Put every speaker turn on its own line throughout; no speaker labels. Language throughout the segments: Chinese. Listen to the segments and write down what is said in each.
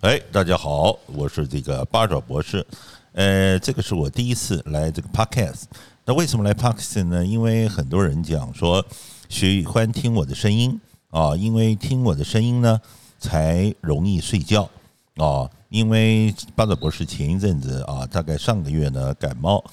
哎，大家好，我是这个八爪博士。呃，这个是我第一次来这个 podcast。那为什么来 podcast 呢？因为很多人讲说喜欢听我的声音啊，因为听我的声音呢才容易睡觉啊。因为八爪博士前一阵子啊，大概上个月呢感冒，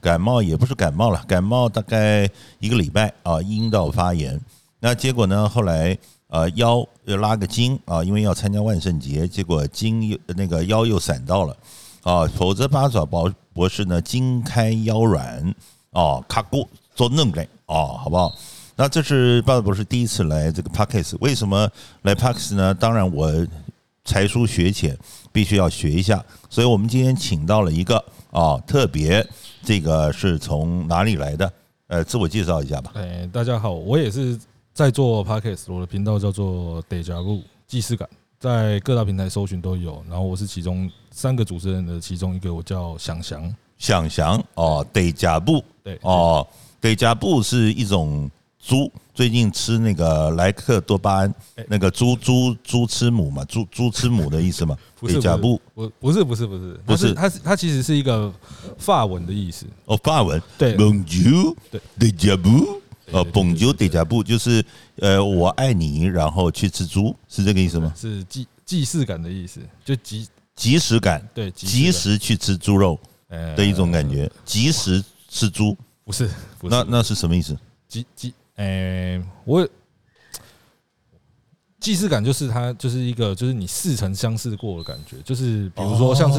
感冒也不是感冒了，感冒大概一个礼拜啊，阴道发炎。那结果呢，后来呃腰又拉个筋啊，因为要参加万圣节，结果筋又那个呃腰又闪到了啊，否则八爪博博士呢筋开腰软啊，卡骨做弄嘞啊，好不好？那这是八爪博士第一次来这个 Parkes，为什么来 Parkes 呢？当然我才疏学浅，必须要学一下。所以我们今天请到了一个啊，特别这个是从哪里来的？呃，自我介绍一下吧。
哎，大家好，我也是在做 podcast，我的频道叫做 Deja Vu 既视感，在各大平台搜寻都有。然后我是其中三个主持人的其中一个，我叫想翔。
想翔哦，得甲布
对，
哦，得甲布是一种猪，最近吃那个莱克多巴胺
哎，
那个猪猪猪吃母嘛，猪猪吃母的意思嘛，
不是
得甲布
不是，不是，不是，不是，
不是
它是它其实是一个法文的意思。
哦，法文
对
，Bonjour
对
得甲布。哦
对对对
，Bonjour 得甲布就是呃，我爱你，然后去吃猪，是这个意思吗？
是既既视感的意思，就即
及时感，
对即
及
视
时去吃猪肉
感呃
的一种感觉，及时吃猪，
不是不是
那那是什么意思？
即即诶，我既视感就是它就是一个就是你似曾相识过的感觉，就是比如说像是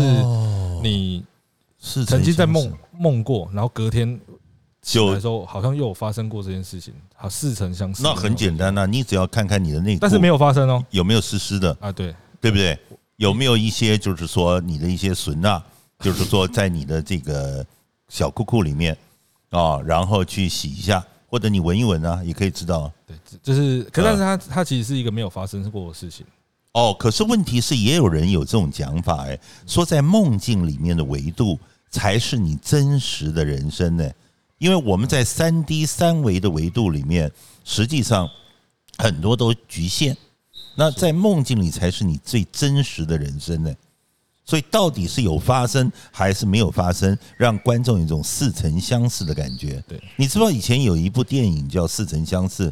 你
是
曾经在梦梦过，然后隔天醒
就
来的时候好像又有发生过这件事情，好似曾相识。
那很简单呐、你只要看看你的内裤，
但是没有发生哦。
有没有湿湿的，
啊，对，
对不对？有没有一些就是说你的一些损啊，就是说在你的这个小裤裤里面啊、然后去洗一下，或者你闻一闻啊，也可以知道。
对，就是，可
嗯
但是它它其实是一个没有发生过的事情。
哦，可是问题是，也有人有这种讲法，哎，说在梦境里面的维度才是你真实的人生呢，因为我们在三 D 三维的维度里面，实际上很多都局限，那在梦境里才是你最真实的人生呢。所以到底是有发生还是没有发生，让观众有一种似曾相识的感觉。
对，
你知不知道以前有一部电影叫《似曾相识》，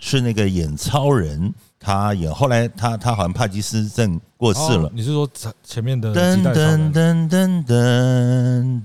是那个演超人，他演后来他他好像帕金斯症过世了
哦。你是说前前面的
噔
几呃代超
噔噔
人？
噔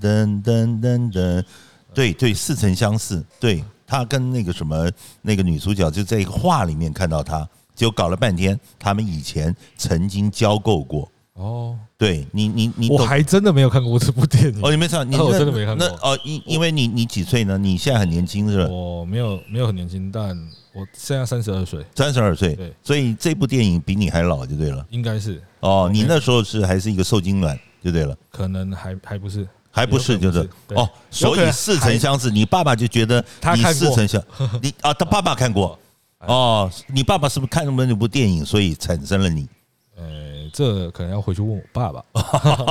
噔噔噔噔噔，对对，似曾相识。对他跟那个什么那个女主角就在一个画里面看到他，结果搞了半天，他们以前曾经交媾过。
哦，
对你你你
我
懂
还真的没有看过这部电影，
哦，你没看，你
那我
那
真的没看过
那哦，因因为你你几岁呢？你现在很年轻是吧？
我没有没有很年轻，但我现在三十二岁，
三十二岁
对，
所以这部电影比你还老就对了。
应该是
哦，你
对
那时候是还是一个受精卵就对了，
可能还还不是，
还不是
有可
就
能
是
不是
哦，所
有可
以
能
似曾相识。你爸爸就觉得
他
你
看
似
过哎
曾相，你啊，他爸爸看过哦，你爸爸是不是看了那部电影，所以产生了你？
呃，这可能要回去问我爸爸。
哦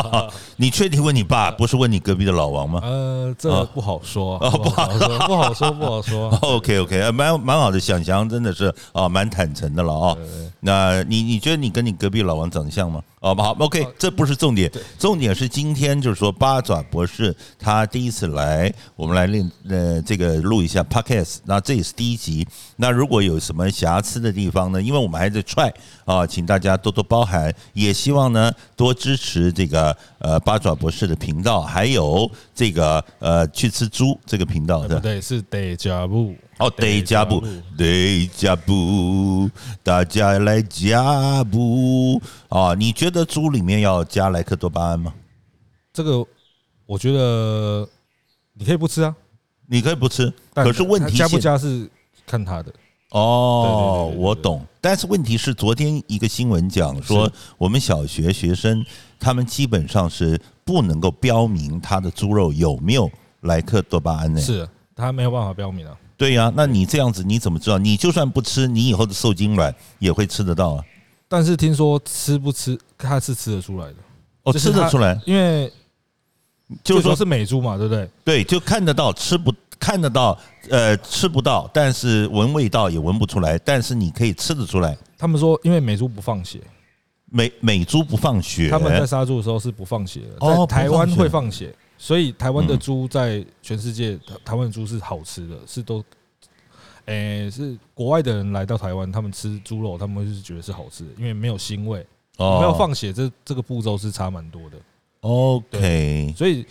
你确定问你爸，不是问你隔壁的老王吗？
呃，这
啊
个不好说，不好说，不好说，不 好说。
OK OK，呃蛮蛮好的，想翔真的是啊，蛮坦诚的了啊、那你你觉得你跟你隔壁老王长得像吗？哦，好，OK，这不是重点，重点是今天就是说八爪博士他第一次来，我们来练呃这个录一下 Podcast，那这也是第一集。那如果有什么瑕疵的地方呢，因为我们还在 try 啊，请大家多多包涵，也希望呢多支持这个呃八爪博士的频道，还有这个呃去吃猪这个频道
呃
的
不。对，是得加布
哦，得加布，得加布，大家来加布啊！你觉得猪里面要加莱克多巴胺吗？
这个，我觉得你可以不吃啊，
你可以不吃，
但
可是问题
它加不
是
加是看他的。
哦
对对对，对对
我懂。但是问题是，昨天一个新闻讲说
是，
我们小学学生他们基本上是不能够标明他的猪肉有没有莱克多巴胺呢？
是啊他没有办法标明啊。
对呀、那你这样子你怎么知道？你就算不吃，你以后的受精卵也会吃得到啊！
但是听说吃不吃，他是吃得出来的，
哦，
就是
吃得
它
出来，
因为
就是
说
说
是美猪嘛，对不对？
对，就看得到，吃不看得到，呃，吃不到，但是闻味道也闻不出来，但是你可以吃得出来。
他们说，因为美猪不放血，
美美猪不放血，
他们在杀猪的时候是不放血的，
哦
在台湾
不放血
会放血，所以台湾的
嗯
猪在全世界，台台湾的猪是好吃的，是都，诶、是国外的人来到台湾，他们吃猪肉，他们会是觉得是好吃的，因为没有腥味，
哦
没有放血，这这个步骤是差蛮多的，
OK，
所以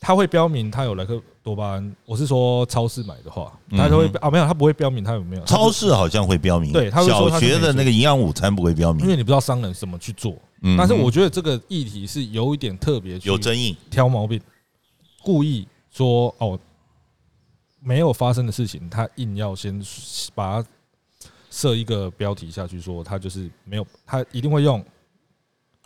他会标明他有莱克多巴胺，我是说超市买的话，他就会
嗯哼
啊没有，他不会标明他有没有
超，
他
市好像会标明，
对他会说
小
它是
学的
美猪
那个营养午餐不会标
不因
明，
为你不知道商人怎么去做，
嗯
但是我觉得这个议题是有一点特别，
有争议，
挑毛病，故意说哦没有发生的事情，他硬要先把它设一个标题下去，说他就是没有，他一定会用。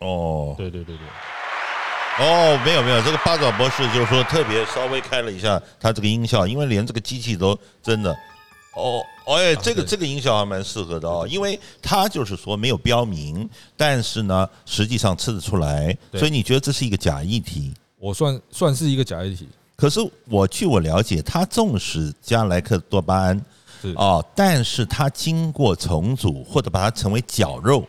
哦
对对对对，
哦，没有没有，这个八爪博士就是说特别稍微开了一下他这个音效，因为连这个机器都真的。哦，哎，这个
啊对
这个音效还蛮适合的哦，因为它就是说没有标明，但是呢，实际上吃得出来，
对
所以你觉得这是一个假议题？
我算算是一个假议题，
可是我据我了解，它纵使加莱克多巴胺
是
哦，但是它经过重组或者把它成为绞肉，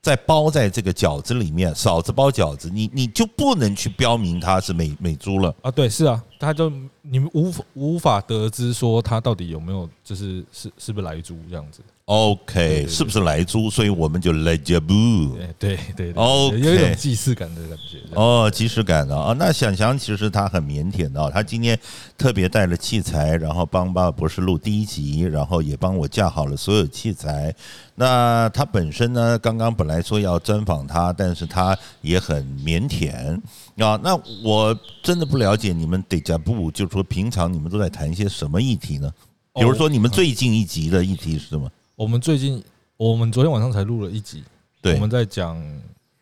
再包在这个饺子里面，嫂子包饺子，你你就不能去标明它是美美猪了。
啊，对，是啊，他就你们无法无法得知说他到底有没有就是是是不是来猪这样子。
OK，
对对
是不是来猪？所以我们就 Le Jabu。
哎，对对对
OK
有一种既视感的感觉。哦，
哦，即视感的啊！那想想其实他很腼腆的啊，他今天特别带了器材，然后帮爸爸博士录第一集，然后也帮我架好了所有器材。那他本身呢，刚刚本来说要专访他，但是他也很腼腆啊。那我真的不了解你们 Deja Vu，就是说平常你们都在谈一些什么议题呢？
哦
比如说你们最近一集的议题是什么？
我们最近，我们昨天晚上才录了一集，哦我
对
们，在讲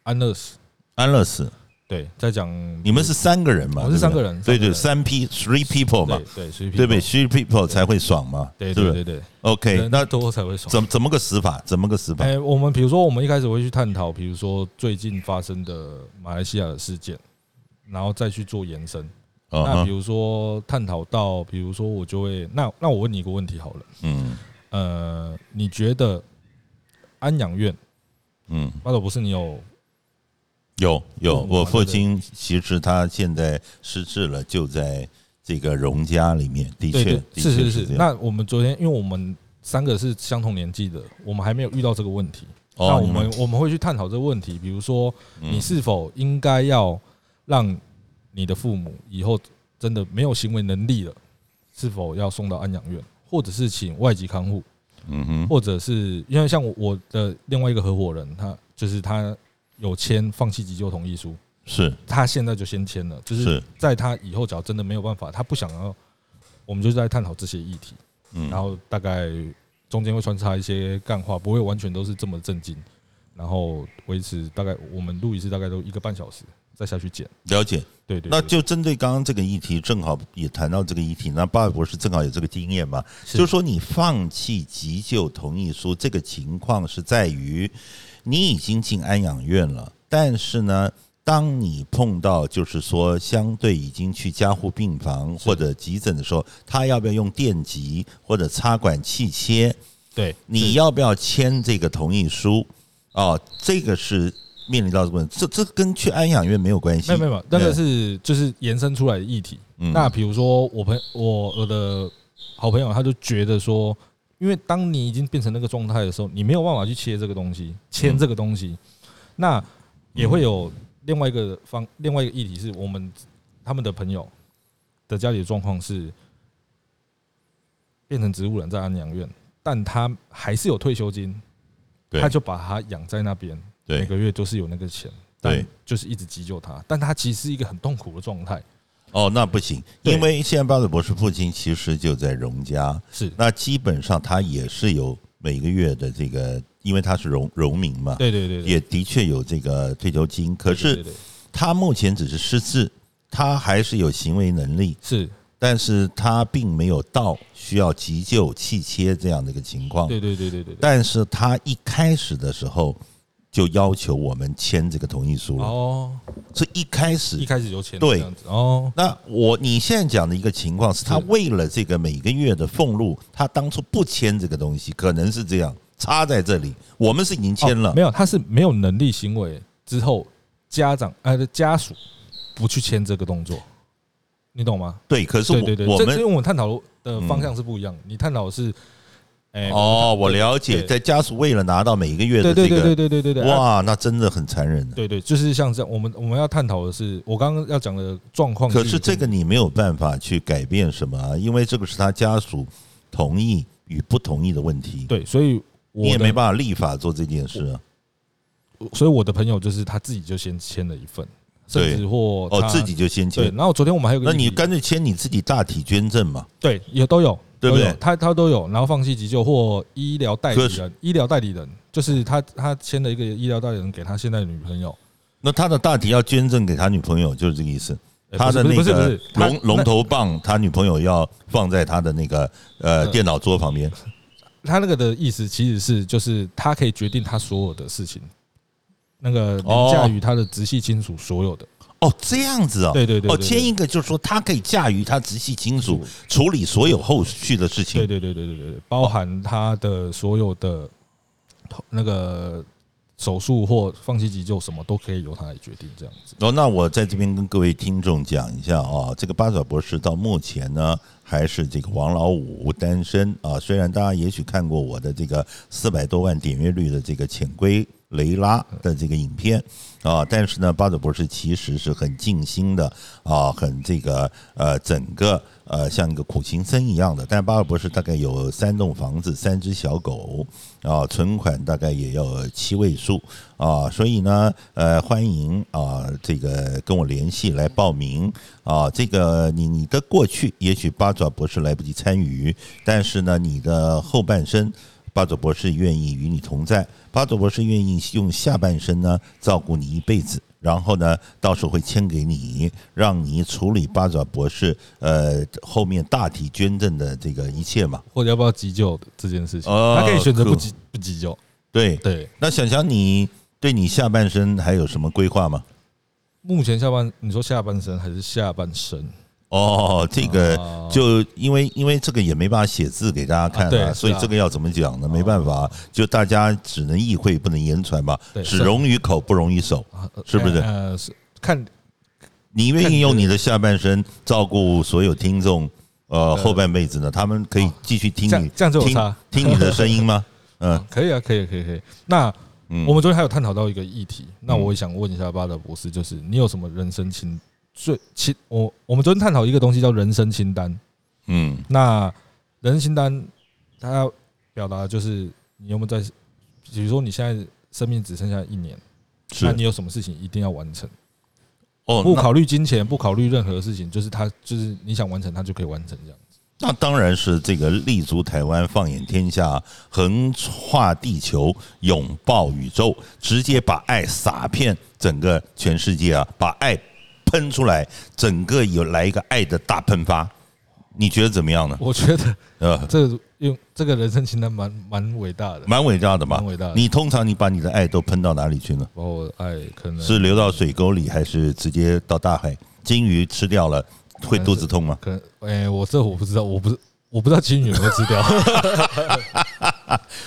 安乐死，
安乐死。
对，在讲
你们是三个人嘛？
我们
对
是
不对
三个人
对对，
三
三 P three people 嘛
对，对，所以
对不对？three people 才会爽嘛，
对
是
对
不是
对对，
？OK，
人
那
多才会爽。
怎怎么个死法？怎么个死法？
哎，我们比如说，我们一开始会去探讨，比如说最近发生的马来西亚的事件，然后再去做延伸。那
啊
比，如说探讨到，比如说我就会，那那我问你一个问题好了，
嗯
呃，你觉得安养院，
嗯，
八斗博士，你有
有有，
嗯
我
对
父
对
亲其实他现在失智了，就在这个荣家里面，的确
对对
的确
是是
是
是
这。样。
那我们昨天，因为我们三个是相同年纪的，我们还没有遇到这个问题。那
哦，
我
你
们我们会去探讨这个问题，比如说你是否应该要让你的父母以后真的没有行为能力了，是否要送到安养院，或者是请外籍看护，
嗯哼，
或者是因为像我我的另外一个合伙人，他就是他有签放弃急救同意书，
是
他现在就先签了，就是
是，
在他以后只要真的没有办法，他不想要，我们就是在探讨这些议题，
嗯，
然后大概中间会穿插一些干话，不会完全都是这么震惊，然后维持大概我们录一次大概都一个半小时，再下去剪，
了解。
对对，
那
对
就针对刚刚这个议题，正好也谈到这个议题，那巴尔博士正好有这个经验嘛，
是
就是说你放弃急救同意书这个情况是在于你已经进安养院了，但是呢，当你碰到就是说相对已经去加护病房
是
或者急诊的时候，他要不要用电极或者插管气切？
对
你
是
要不要签这个同意书？哦，这个是面临到这个问题，这这跟去安养院没有关系。
没有没有没有，那个
对
是就是延伸出来的议题，
嗯
那比如说我朋我我的好朋友，他就觉得说，因为当你已经变成那个状态的时候，你没有办法去切这个东西，签这个东西，那也会有另外一个方，另外一个议题是我们他们的朋友的家里的状况是变成植物人在安养院，但他还是有退休金，
对
他就把他养在那边，
对
每个月都是有那个钱，
对
但就是一直急救他，但他其实是一个很痛苦的状态，
哦，那不行，
对
因为现在巴德博士父亲其实就在荣家，
是
那基本上他也是有每个月的这个，因为他是荣荣民嘛，
对对对对。
也的确有这个退休金。可
对
是
对对
他目前只是失智，他还是有行为能力，
是
但是他并没有到需要急救、气切这样的一个情况。
对对对对对对。
但是他一开始的时候就要求我们签这个同意书了，
哦，
这一开始
一开始就签
对
这样子哦，
那我你现在讲的一个情况是，他
是
为了这个每个月的俸禄，他当初不签这个东西，可能是这样。差在这里，我们是已经签了，
哦没有，他是没有能力行为之后，家长呃家属不去签这个动作，你懂吗？
对，可是我
对对对，
我
这这
们嗯
因为我们探讨的方向是不一样的，你探讨的是，哎、
哦，我了解，
对
在家属为了拿到每一个月的
对
这个，
对对对对对对对，啊
哇，那真的很残忍啊的。
对对，就是像这样，我们我们要探讨的是我刚刚要讲的状况。
可是这个你没有办法去改变什么、啊，因为这个是他家属同意与不同意的问题，
对，所以我
你也
的
没办法立法做这件事啊。
所以我的朋友就是他自己就先签了一份，
对
甚至或
哦
他，
自己就先
对。
签，
然后昨天我们还有个
那
议题，
你干脆签你自己大体捐赠嘛。
对也都有，
对不
都有
对
他他都有，然后放弃急救或医疗代理
可
人，医疗代理人就是他他签了一个医疗代理人给他现在的女朋友，
那他的大体要捐赠给他女朋友，就是这个意思。
呃
他的
不
那
是不是不
个
是他
龙龙头棒，他女朋友要放在他的那个呃
嗯
电脑桌旁边。
他那个的意思其实是就是他可以决定他所有的事情，那个凌
哦
驾于他的直系亲属所有的，
哦，这样子啊、哦，
对对对
哦，
对对
签一个就是说他可以驾驭他直系亲属处理所有后续的事情。
对对对对对对对，包含他的所有的那个手术或放弃急救什么都可以由他来决定，这样子。
哦，那我在这边跟各位听众讲一下啊，这个八爪博士到目前呢还是这个王老五单身啊。虽然大家也许看过我的这个四百多万点阅率的这个《潜规雷拉》的这个影片啊，但是呢，八爪博士其实是很尽心的啊，很这个呃整个呃像一个苦行僧一样的。但八爪博士大概有三栋房子、三只小狗啊，存款大概也要呃七位数啊，所以呢，呃，欢迎啊，这个跟我联系来报名啊。这个你你的过去也许八爪博士来不及参与，但是呢，你的后半生。八爪博士愿意与你同在，八爪博士愿意用下半生呢照顾你一辈子，然后呢，到时候会签给你，让你处理八爪博士呃后面大体捐赠的这个一切嘛。
或者要不要急救的这件事情，
哦
他可以选择不
cool
急不急救。
对，
对，
那想想你对你下半生还有什么规划吗？
目前下半你说下半身还是下半身？
哦，这个
哦
就因为因为这个也没办法写字给大家看
啊对
啊，所以
是啊
这个要怎么讲呢？没办法，就大家只能意会不能言传吧，
对
只
是
容于口不容于手。
啊呃
是不是
呃，是看
你愿意用你的下半身照顾所有听众，呃，后半辈子呢？他们可以继续听
啊这
你
样这样就有
听
差
听你的声音吗？嗯
可以啊，可以，可以，可以。那
嗯，
我们昨天还有探讨到一个议题，那
嗯
我也想问一下巴德博士，就是你有什么人生清最清？我我们昨天探讨一个东西叫人生清单，
嗯
那人清单，他要表达的就是你有没有在，比如说你现在生命只剩下一年，那
是
你有什么事情一定要完成？
哦，
不
那
考虑金钱，不考虑任何事情，就是他就是你想完成，他就可以完成这样。
那当然是这个立足台湾，放眼天下，横跨地球，拥抱宇宙，直接把爱撒遍整个全世界啊！把爱喷出来，整个有来一个爱的大喷发，你觉得怎么样 呢？
我觉得
呃，
这个用这个人生清单蛮蛮伟大的，
蛮伟大的嘛
蛮伟大的。
你通常你把你的爱都喷到哪里去呢？
把我爱可能
是流到水沟里，还是直接到大海？金鱼吃掉了会
呃
肚子痛吗？
可能哎、我这我不知道，我不是我不知道金鱼有没有 吃掉。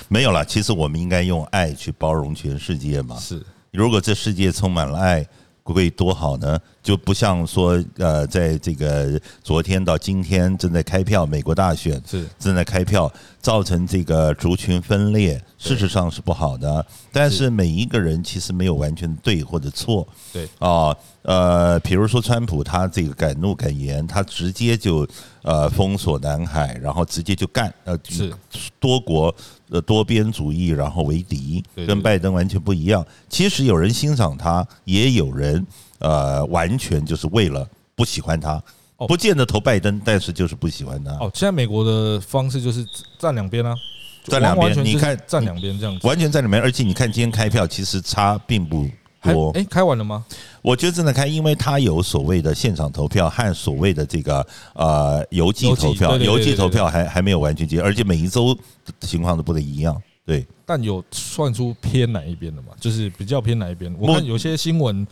没有啦，其实我们应该用爱去包容全世界嘛。
是
如果这世界充满了爱，会多好呢？就不像说，呃，在这个昨天到今天正在开票，美国大选
是
正在开票，造成这个族群分裂，事实上是不好的。但是每一个人其实没有完全对或者错，
对
啊，呃，比如说川普他这个敢怒敢言，他直接就呃封锁南海，然后直接就干，呃，
是
多国呃多边主义，然后为敌
对，对
跟
对
拜登完全不一样。其实有人欣赏他，也有人呃完全就是为了不喜欢他。
哦
不见得投拜登，但是就是不喜欢他。
哦，现在美国的方式就是站两边啊，就
站两边
完全就是
你看
站两边这样子。
完全在里面。而且你看今天开票，其实差并不
还
多。
哎、开完了吗？
我觉得正在开，因为它有所谓的现场投票和所谓的这个呃邮寄投票，
邮寄对对对
邮寄
对对
投票还还没有完全结，而且每一周的情况都不太一样。对，
但有算出偏哪一边的嘛？就是比较偏哪一边？
目
我看有些新闻，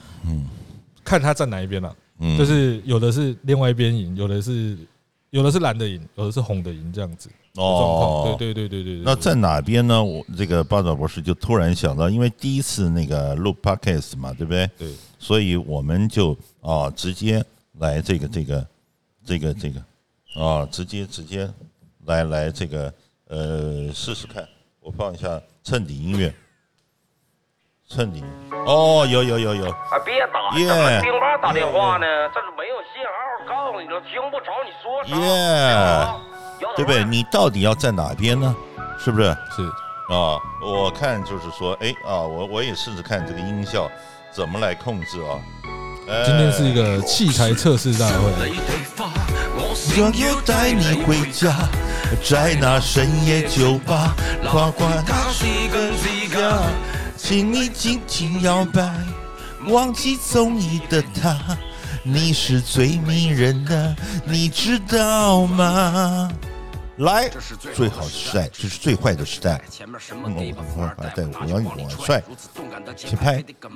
看他站哪一边了、啊
嗯，
就是有的是另外一边赢，有的是有的是蓝的赢，有的是红的赢，这样子的状
哦
况。，对对对对对对。
那
对
在哪边呢？我这个八爪博士就突然想到，因为第一次那个录 podcast 嘛，对不对？
对
所以我们就啊、直接来这个这个这个这个啊、直接直接来来这个呃试试看，我放一下衬底音乐，衬底哦，有有有有，
啊，别打，
耶
怎么听妈打电话呢？这是没有信号，告诉你了，听不着你说啥。
耶
有点
对不对？
味儿
你到底要在哪边呢？是不是？
是
啊，我看就是说，哎啊，我我也试试看这个音效怎么来控制啊。哎
今天是一个器材测试大会，
呃想要带你回家，在那深夜酒吧，夸夸他是个一个，请你尽情摇摆，忘记综艺的他，你是最迷人的，你知道吗？来，最好的时代，这是最坏的时代。
前面什么给吧富二代，
嗯对
我
我要
要
你往
你往
帅
帅，
去
去
拍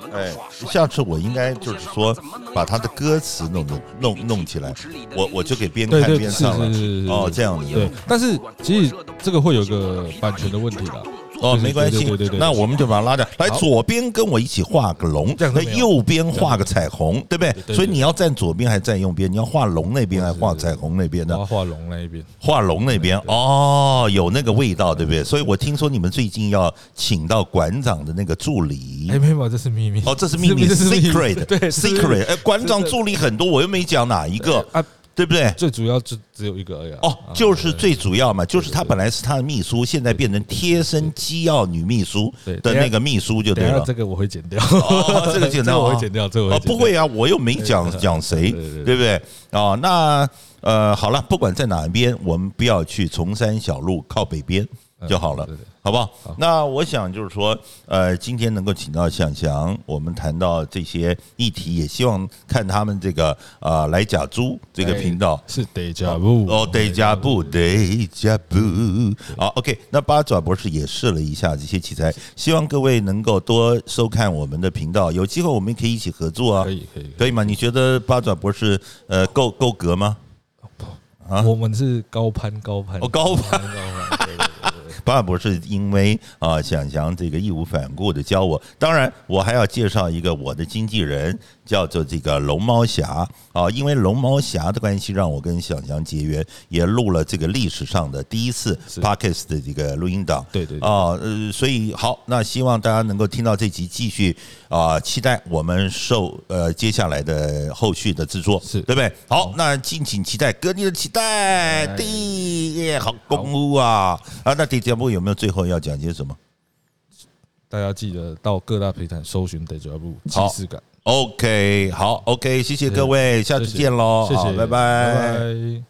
拍，，
哎
哎，，
下次我应该就是说，把他的歌词弄弄弄弄起来，我我就给边
对
看
对
边
是
唱
是是是
了。
是
哦，这样子
对，但是其实这个会有一个版权的问题啦。
哦，没关
对
系
对对对，对
那我们就把它拉掉。来，
好
左边跟我一起画个龙，
这样
那
都没有
右边画个彩虹，对不
对
对？
对
所以
对
你要站左边还是站右边？你要画龙那边还是画彩虹那边
然
呢
后？画龙那一边，
画龙那边哦，有那个味道，对不对？所以我听说你们最近要请到馆长的那个助理
哎，。没有，这是秘密。
哦，这是秘密
这是秘密
，secret，
对这是秘密
secret。哎，馆长
这是
助理很多，我又没讲哪一个，
啊，
对不对？
最主要只只有一个而已啊。
哦，
啊
就是最主要嘛，就是他本来是他的秘书，现在变成贴身机要女秘书
对
的那个秘书就
等
对
一下
了
这。个我会剪掉，
啊哦，这 个剪掉，
我会剪掉，这个我会
哦，
剪掉
不会啊，我又没讲讲谁，
对对对
对不对？哦，那呃，好了，不管在哪边，我们不要去崇山小路靠北边就好了
嗯对对，
好不好？那我想就是说，呃，今天能够请到向翔，我们谈到这些议题，也希望看他们这个呃来假猪这
哎
个频道。
是 Deja Vu
哦，得加布，得加布。好，OK，那八爪博士也试了一下这些器材，希望各位能够多收看我们的频道，有机会我们可以一起合作啊
可，以可以，
可以吗？你觉得八爪博士呃够够格吗？啊
我们是高攀高攀，
哦高攀
高攀， 对对对对
八爪博士因为啊想想这个义无反顾的教我，当然我还要介绍一个我的经纪人，叫做这个龙猫侠啊，因为龙猫侠的关系，让我跟想翔结缘，也录了这个历史上的第一次 podcast 的这个录音档，
对对对
啊，呃，所以好，那希望大家能够听到这集，继续啊、期待我们受呃接下来的后续的制作，
是
对不对？好，那敬请期待，各地的期待，地耶，哎好功夫啊啊！那这节目有没有最后要讲些什么
大家记得到各大平台搜寻 Deja Vu
好
即视感，
？OK，好，OK，谢谢各位，下次
谢谢
见喽，
谢
好
谢，
拜
拜拜